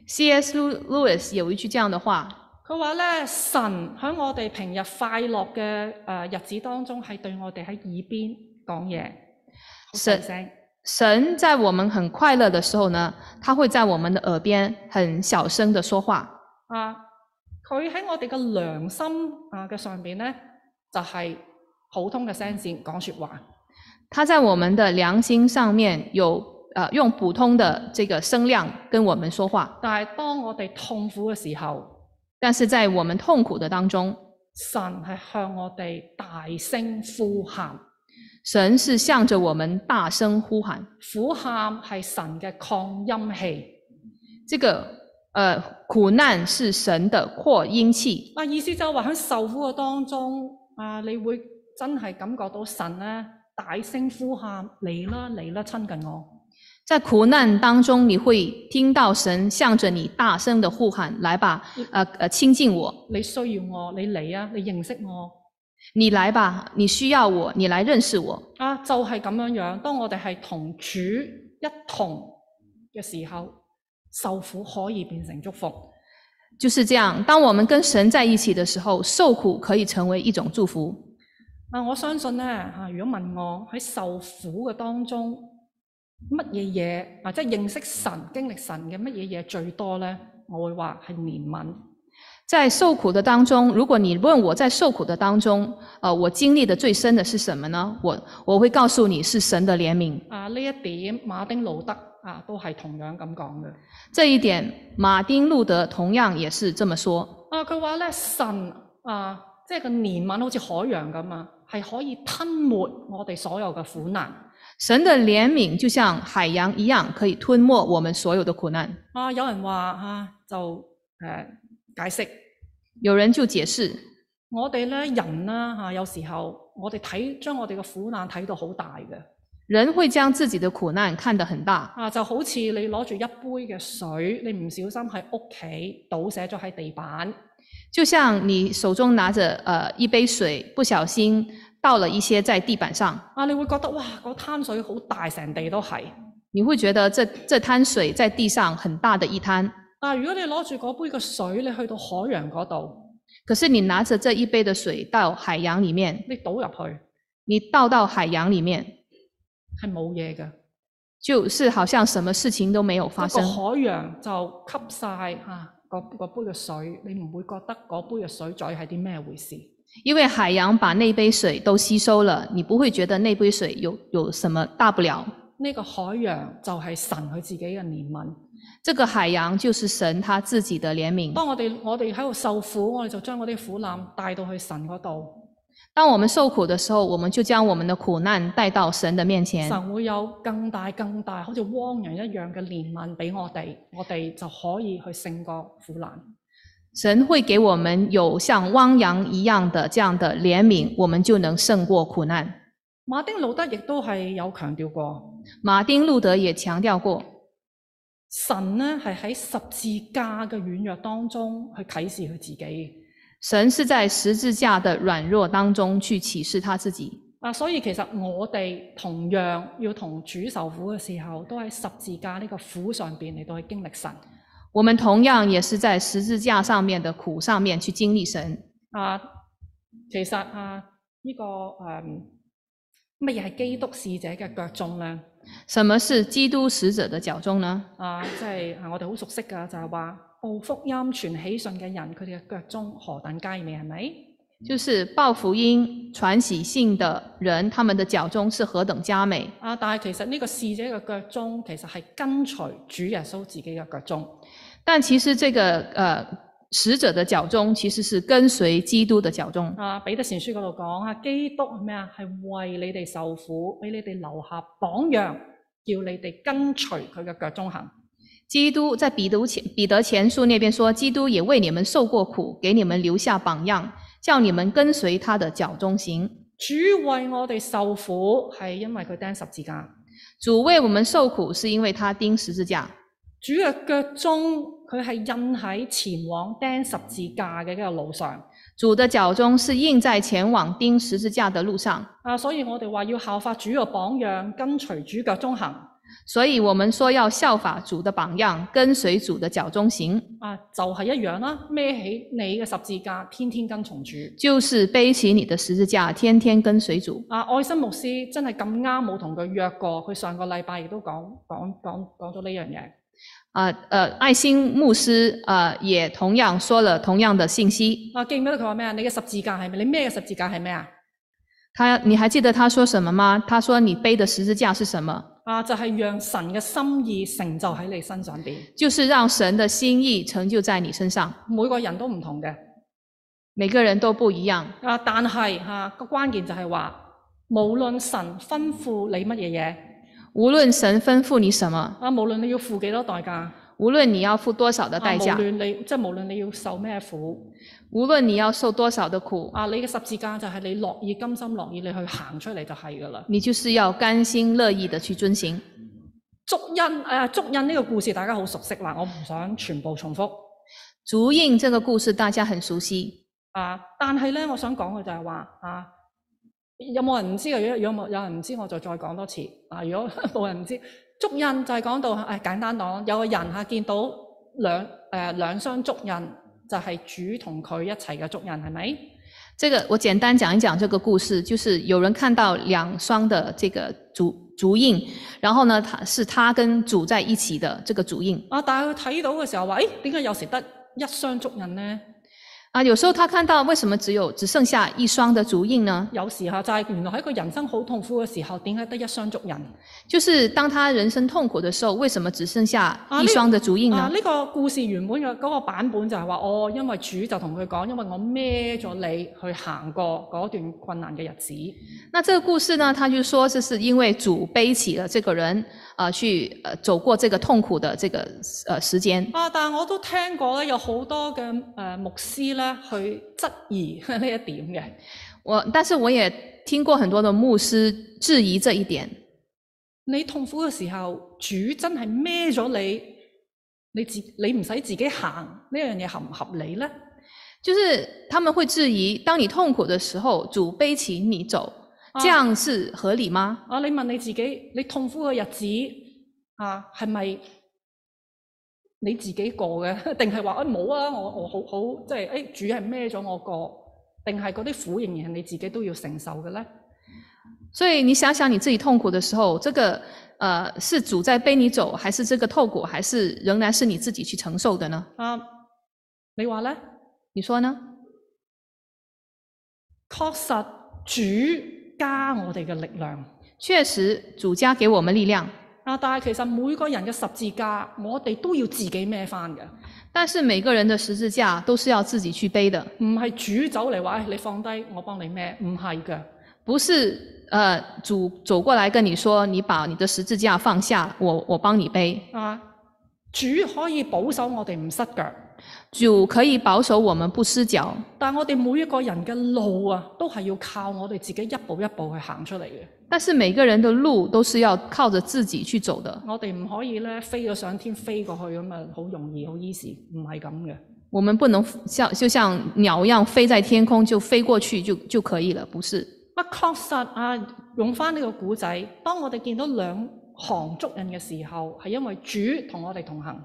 C.S. Lew- Lewis 有一句這樣的话，
佢話咧神喺我哋平日快樂嘅呃日子當中，係對我哋喺耳邊講嘢，好細
神
聲。
神在我们很快乐的时候呢，他会在我们的耳边很小声的说话。
啊，佢喺我哋嘅良心啊嘅上邊咧，就係、普通嘅聲線講説話。
他在我们的良心上面有呃用普通的这个声量跟我们说话，
但係當我哋痛苦嘅時候，
但是在我们痛苦的当中，
神係向我哋大聲呼喊，
神是向着我们大声呼喊。
苦喊係神嘅抗音器。
这个呃苦难是神的扩音器，
啊，意思就係話喺受苦嘅當中，啊，你會真係感覺到神咧大聲呼喊嚟啦嚟啦，親近我。
在苦难当中，你会听到神向着你大声的呼喊：“来吧，呃呃，亲近我，
你需要我，你嚟啊！你認識我，
你来吧，你需要我，你来认识我。
啊，就係咁樣樣。當我哋係同主一同嘅時候，受苦可以變成祝福。”
就是这样，当我们跟神在一起的时候，受苦可以成为一种祝福。
啊，我相信呢，啊，如果問我喺受苦嘅當中，乜嘢嘢啊，即係認識神、經歷神嘅乜嘢嘢最多呢？我會話係憐憫。
在受苦的当中，如果你问我在受苦的当中，呃，我经历的最深的是什么呢？我我会告诉你是神的怜悯。
啊，呢一點馬丁路德啊都係同樣咁講嘅。
这一点，马丁·路德同样也是这么说。
啊，佢話咧神啊，即係個憐憫好似海洋咁啊，係可以吞沒我哋所有嘅苦難。
神的怜悯就像海洋一样，可以吞没我们所有的苦难。
啊，有人話啊，就誒、呃解釋，
有人就解釋，
我哋咧人啦、啊、有時候我哋睇將我哋嘅苦難睇到好大嘅，
人會將自己的苦難看得很大，
啊就好似你攞住一杯嘅水，你唔小心喺屋企倒瀉咗喺地板，
就像你手中拿着呃一杯水，不小心倒了一些在地板上，
啊你會覺得哇嗰灘水好大，成地都係。
你會觉得这这滩水在地上很大的一滩。
但係如果你攞住嗰杯嘅水，你去到海洋嗰度，
可是你拿着这一杯的水到海洋里面，
你倒入去
你倒到海洋里面，
係冇嘢嘅，
就是好像什么事情都没有
不
发生。
過海洋就吸晒啊嗰嗰杯嘅水，你唔會覺得嗰杯嘅水再係啲咩回事。
因为海洋把那杯水都吸收了，你不会觉得那杯水有有什么大不了。
呢個海洋就係神佢自己嘅憐憫。
这个海洋就是神他自己的怜悯。
當我哋我哋喺度受苦，我哋就將嗰啲苦難帶到去神嗰度，
当我们受苦的时候，我们就将我们的苦難帶到神的面前，
神會有更大更大，好似汪洋一樣嘅憐憫俾我哋，我哋就可以去勝過苦難。
神会给我们有像汪洋一样的这样的怜悯，我们就能胜过苦难。
馬丁路德亦都係有強調過，
马丁·路德也強調過，
神呢係喺十字架嘅軟弱當中去啟示佢自己。
神是在十字架的軟弱当中去启示他自己。
啊，所以其實我哋同樣要同主受苦嘅時候，都喺十字架呢個苦上邊嚟到去經歷神。
我们同样也是在十字架上面的苦上面去经历神。
啊，其實啊，呢、個誒、嗯乜嘢係基督使者嘅腳蹤呢？
什么是基督使者的腳蹤呢？
啊，即係啊我哋好熟悉㗎，就係話報福音、傳喜訊嘅人，佢哋嘅腳蹤何等佳美，係咪？
就是报福音、传喜信的人，他们的腳蹤是何等佳美。
啊，但係其實呢個使者嘅腳蹤其實係跟隨主耶穌自己嘅腳蹤。
但其实这个呃使者的腳蹤其实是跟隨基督的腳蹤。
啊，彼得前書嗰度講啊，基督係咩啊？係為你哋受苦，俾你哋留下榜樣，叫你哋跟隨佢嘅腳蹤行。
基督在彼得前彼得前书那边说，基督也为你们受过苦，给你们留下榜样，叫你们跟隨他的腳蹤行。
主為我哋受苦係因為佢釘十字架，
主为我们受苦，是因为他钉十字架。
主嘅腳蹤佢係印喺前往釘十字架嘅一個路上。
主的腳蹤是印在前往钉十字架的路上，
啊，所以我哋話要效法主嘅榜樣，跟隨主腳蹤行。
所以我们说要效法主的榜樣，跟隨主的腳蹤行，
啊，就係、一樣啦，孭起你嘅十字架，天天跟從主。
就是背起你的十字架，天天跟隨主。
啊，愛心牧師真係咁啱冇同佢約過，佢上個禮拜亦都講講講講咗呢樣嘢。
啊呃，愛心牧師啊、呃也同樣說了同樣的信息。
啊，記唔記得佢話咩啊？你嘅十字架係咩？你孭嘅十字架係咩啊？
他，你還記得他說什麼嗎？他說你背的十字架是什麼？
啊，就係、讓神嘅心意成就喺你身上邊。
就是讓神的心意成就在你身上。
每個人都唔同嘅。
每個人都不一樣，
啊，但係嚇個關鍵就係話，無論神吩咐你乜嘢嘢，
無論神吩咐你什麼，
啊，無論你要付幾多代價，
無論你要付多少的
啊，
代價，
無論你即係無論你要受咩苦，
無論你要受多少的苦，
啊，你嘅十字架就係你樂意甘心樂意你去行出嚟就係㗎啦。
你就是要甘心樂意的去遵行。
足印誒、啊足印呢個故事大家好熟悉啦，我唔想全部重複
足印這個故事大家很熟悉，
啊，但係咧，我想講嘅就係話啊，有冇人唔知嘅？啊如果有冇有人唔知，我就再講多次啊。如果 [laughs] 冇人唔知，足印就係講到誒、哎、簡單講，有個人嚇、啊、見到兩誒、呃、兩雙足印，就係、主同佢一齊嘅足印，係咪？
這個我簡單講一講這個故事，就是有人看到兩雙的這個足足印，然後呢，他是他跟主在一起的这個足印
啊，但係佢睇到嘅時候話，誒點解有時得一雙足印呢？
啊。有時候他看到為什麼只有只剩下一雙的足印呢？
有時嚇就係原來喺佢人生好痛苦嘅時候，點解得一雙足印？
就是當他人生痛苦的時候，為什麼只剩下一雙的足印呢？
啊！呢、個故事原本嘅嗰個版本就係話，哦，因為主就同佢講，因為我孭咗你去行過嗰段困難嘅日子，
那這個故事呢，他就說这是因為主背起了這個人啊、呃去呃走過這個痛苦的這個呃時間。
啊！但我都聽過咧，有好多嘅誒、呃牧師咧去質疑呢一點嘅。
我但是我也聽過很多的牧師質疑這一點，
你痛苦嘅時候，主真係孭咗你，你自你唔使自己行呢樣嘢合唔合理呢？
就是他們會質疑，當你痛苦的時候，主背起你走，
啊
這樣是合理嗎？
啊！你問你自己，你痛苦嘅日子啊，係咪你自己過嘅？ [laughs] 定係話啊冇啊？我我好好即係誒、哎主係孭咗我過，定係嗰啲苦仍然係你自己都要承受嘅咧？
所以你想想你自己痛苦的時候，這個呃是主在背你走，還是這個痛苦，還是仍然是你自己去承受的呢？
啊，你話咧？
你說呢？
確實主加我哋嘅力量
確實，主家給我們力量。
啊，但係其實每個人嘅十字架，我哋都要自己孭翻嘅，
但是每個人的十字架都是要自己去背的，
唔係主走嚟話、哎，你放低我幫你孭，唔係嘅。
不是呃主走過來跟你說，你把你的十字架放下，我我幫你背。
啊，主可以保守我哋唔失腳，
主可以保守我們不失腳，
但我哋每一個人嘅路啊，都係要靠我哋自己一步一步去行出嚟嘅。
但是每個人的路都是要靠着自己去走的。
我哋唔可以咧飛咗上天飛過去咁啊，好容易好 easy，唔係咁嘅。
我們不能像就像鳥一樣飛在天空就飛過去就就可以了，不是？
啊，確實啊，用翻呢個古仔，當我哋見到兩行足印嘅時候，係因為主同我哋同行。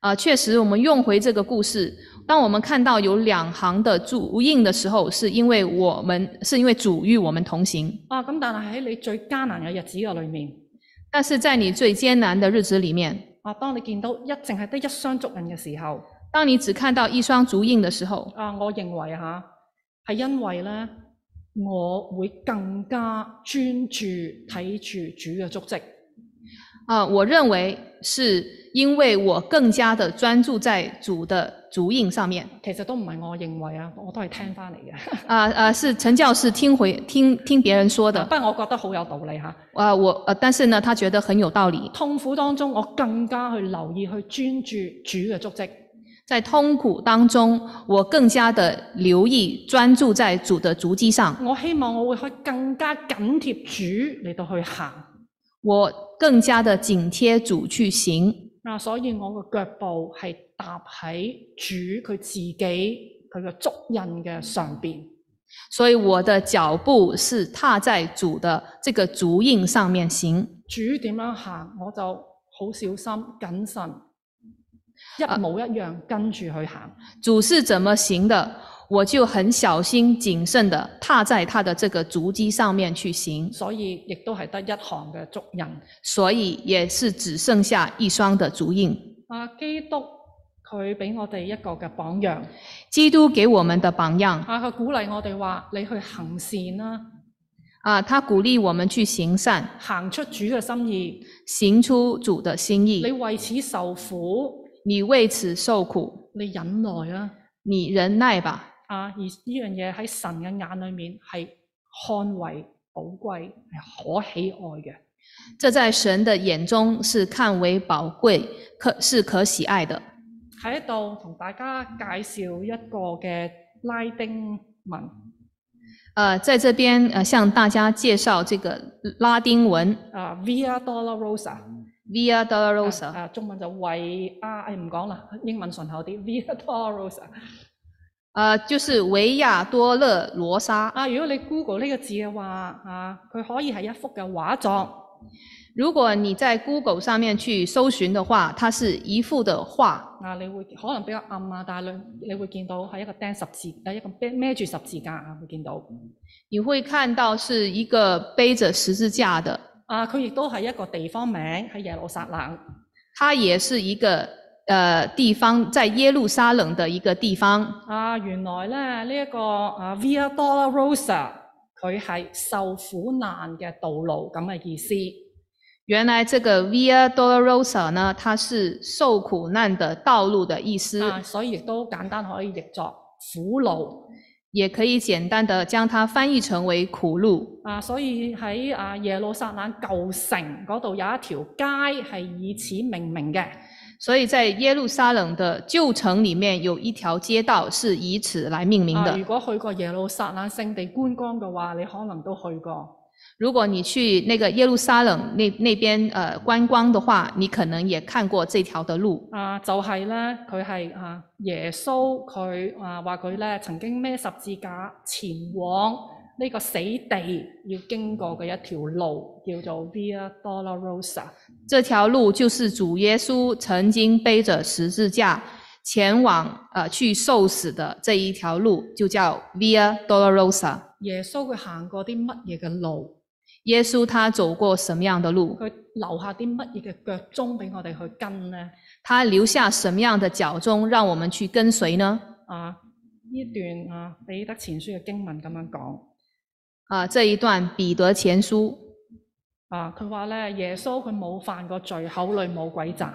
啊、確實，我們用回這個故事，当我们看到有两行的主应的时候，是因为我们是因为主与我们同行。
啊，咁但係喺你最艱難嘅日子嘅裏面，
但是在你最艰难的日子里面，
啊，當你見到一淨係得一雙足印嘅時候，
当你只看到一双足印的时候，
啊，我認為嚇、係因為咧，我會更加專注睇住主嘅足跡。
啊、我认为是因为我更加的专注在主的足印上面。
其實都唔係我認為啊，我都係聽翻嚟嘅。
啊、啊、是陈教士听回听听别人说的。
[laughs] 不過我覺得好有道理嚇。
啊、我呃，但是呢，他觉得很有道理。
痛苦當中，我更加去留意去專注主嘅足跡。
在痛苦当中，我更加的留意专注在主的足迹上，
我希望我會可以更加緊貼主嚟到去行。
我更加的紧贴主去行。
啊，所以我嘅腳步係踏喺主佢自己佢嘅足印嘅上邊。
所以我的脚步是踏在主的这个足印上面行。
主點樣行，我就好小心謹慎，一模一樣跟住去行。
主是怎么行的，我就很小心谨慎的踏在他的这个足迹上面去行，
所以亦都係得一行嘅足印。
所以也是只剩下一双的足印。
啊，基督佢俾我哋一個嘅榜樣，
基督给我们的榜样
啊，佢鼓勵我哋話：你去行善啦，
啊，他鼓励我们去行善，
行出主嘅心意，
行出主的心
你
意。
為此受苦，
你为此受苦，
你忍耐啦。
你忍耐吧。
啊，而呢樣嘢喺神嘅眼裏面係看為寶貴，係可喜愛嘅。
这在神的眼中是看为宝贵，可是可喜爱的。
喺度同大家介紹一個嘅拉丁文，
呃，在这边呃向大家介绍这个拉丁文
啊，Via Dolorosa，
Via
啊
Dolorosa。
啊中文就為啊，哎唔講啦，英文順口啲，Via Dolorosa。
呃，就是维亚多勒罗莎。
啊，如果你 Google 呢個字嘅話，啊，佢可以係一幅嘅畫作，
如果你在 Google 上面去搜寻的话，它是一幅的画，
啊，你會可能比較暗啊，但係你你會見到係一個釘十字，啊一個孭孭住十字架啊，會見到。
你会看到是一个背着十字架的，
啊，佢亦都係一個地方名，喺耶路撒冷。
它也是一个呃地方，在耶路撒冷的一个地方。
啊，原來咧呢一、個啊 Via Dolorosa，佢係受苦難嘅道路咁嘅意思。
原来这个 Via Dolorosa 呢，它是受苦难的道路的意思，
啊，所以亦都簡單可以譯作苦路。
也可以简单的将它翻译成为苦路。
啊，所以喺啊耶路撒冷舊城嗰度有一條街係以此命名嘅。
所以在耶路撒冷的旧城里面有一条街道是以此来命名的。
啊，如果去過耶路撒冷聖地觀光嘅話，你可能都去過。
如果你去那个耶路撒冷那那边呃观光的话，你可能也看过这条的路，
啊，就係、呢，咧，佢係啊耶穌佢啊話佢咧曾經孭十字架前往呢個死地要經過嘅一條路，叫做 Via Dolorosa。
这条路就是主耶稣曾经背着十字架前往呃去受死的这一条路，就叫 Via Dolorosa。
耶穌佢行過啲乜嘢嘅路，
耶稣他走过什么样的路，
佢留下啲乜嘢嘅腳蹤俾我哋去跟呢？
他留下什么样的脚蹤，让我们去跟随呢？
啊，呢段啊彼得前書嘅經文咁樣講。
啊、这一段彼得前书
啊，佢話咧耶穌佢冇犯過罪，口裏冇鬼詐。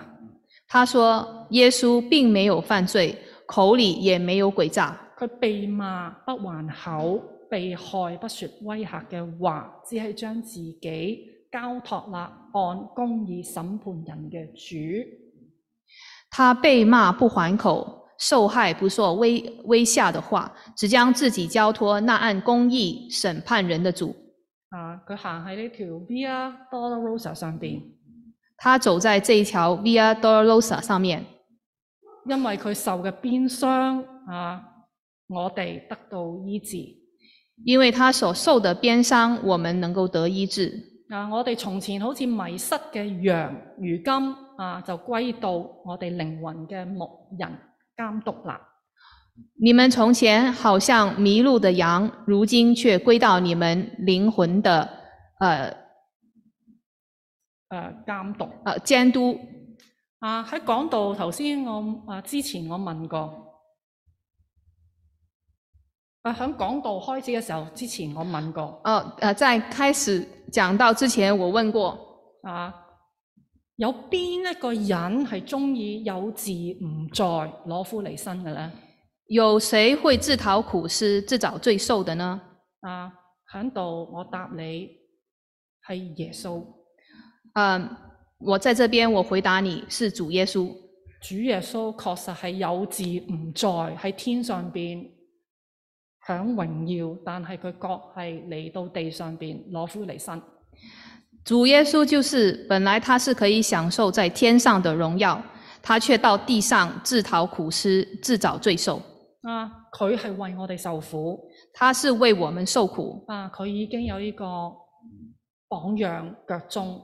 他说，耶稣并没有犯罪，口里也没有诡诈。
佢被罵不還口，被害不說威嚇嘅話，只係將自己交託啦，按公義審判人嘅主。
他被骂不还口，受害不说威威吓的话，只将自己交托那按公义审判人的主。
啊！佢行喺呢條 Via Dolorosa 上邊，
他走在这一条 Via Dolorosa 上面，
因為佢受嘅鞭傷啊，我哋得到醫治。
因为他所受的鞭伤，我们能够得医治。
啊！我哋從前好似迷失嘅羊，如今啊就歸到我哋靈魂嘅牧人監督啦。
你们从前好像迷路的羊，如今却归到你们灵魂的呃
誒監督。
呃监督。
啊，喺講到頭先我啊之前我問過，啊喺講道開始嘅時候之前我問過，
呃呃，在开始讲到之前，我问过，
啊有邊一個人係中意有志唔在攞苦離身嘅咧？
有谁会自讨苦吃、自找罪受的呢？
啊喺度我答你係耶穌，
嗯、我在这边我回答你是主耶穌。
主耶穌確實係有志唔在喺天上邊享榮耀，但係佢確係嚟到地上邊攞苦離身。
主耶穌就是本来他是可以享受在天上的荣耀，他却到地上自讨苦吃、自找罪受。
啊，佢係為我哋受苦，
他是为我们受苦，
啊，佢已經有呢個榜樣腳蹤，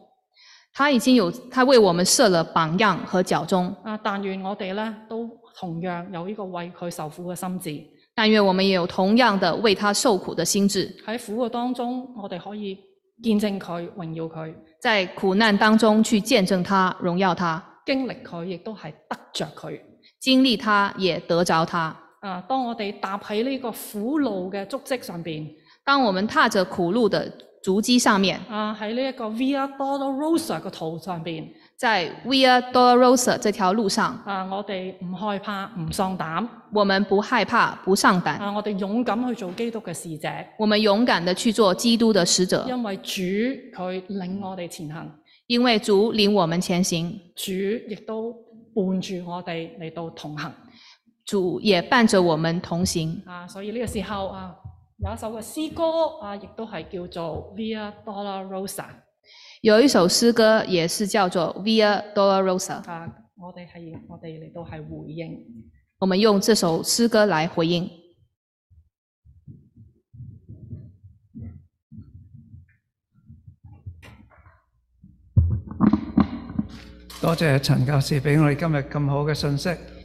他已经有他为我们设了榜样和脚钟。
啊，但願我哋呢都同樣有呢個為佢受苦嘅心志，
但愿我们也有同样的为他受苦的心智，
喺苦嘅當中，我哋可以見證佢、榮耀佢、
在苦难当中去见证他、荣耀他。
經歷佢，亦都係得着佢。
经历他，也得着他。
啊，當我哋踏喺呢個苦路嘅足跡上邊，
当我们踏着苦路的足迹上面，
啊，喺呢一個 Via Dolorosa 嘅途上邊，
在 Via Dolorosa 这条路上，
啊，我哋唔害怕、唔喪膽，
我们不害怕，不上胆，
啊，我哋勇敢去做基督嘅使者。
我们勇敢地去做基督的使者，
因為主佢領我哋前行，
因为主领我们前行，
主亦都伴住我哋嚟到同行
主也伴着我们同行。
啊！所以呢個時候啊，有一首嘅詩歌啊，亦都係叫做 Via Dolorosa
有一首诗歌也是叫做 Via Dolorosa，
啊，我哋係我哋嚟到係回應
我们用这首诗歌来回应。
多謝陳教士俾我哋今日咁好嘅信息。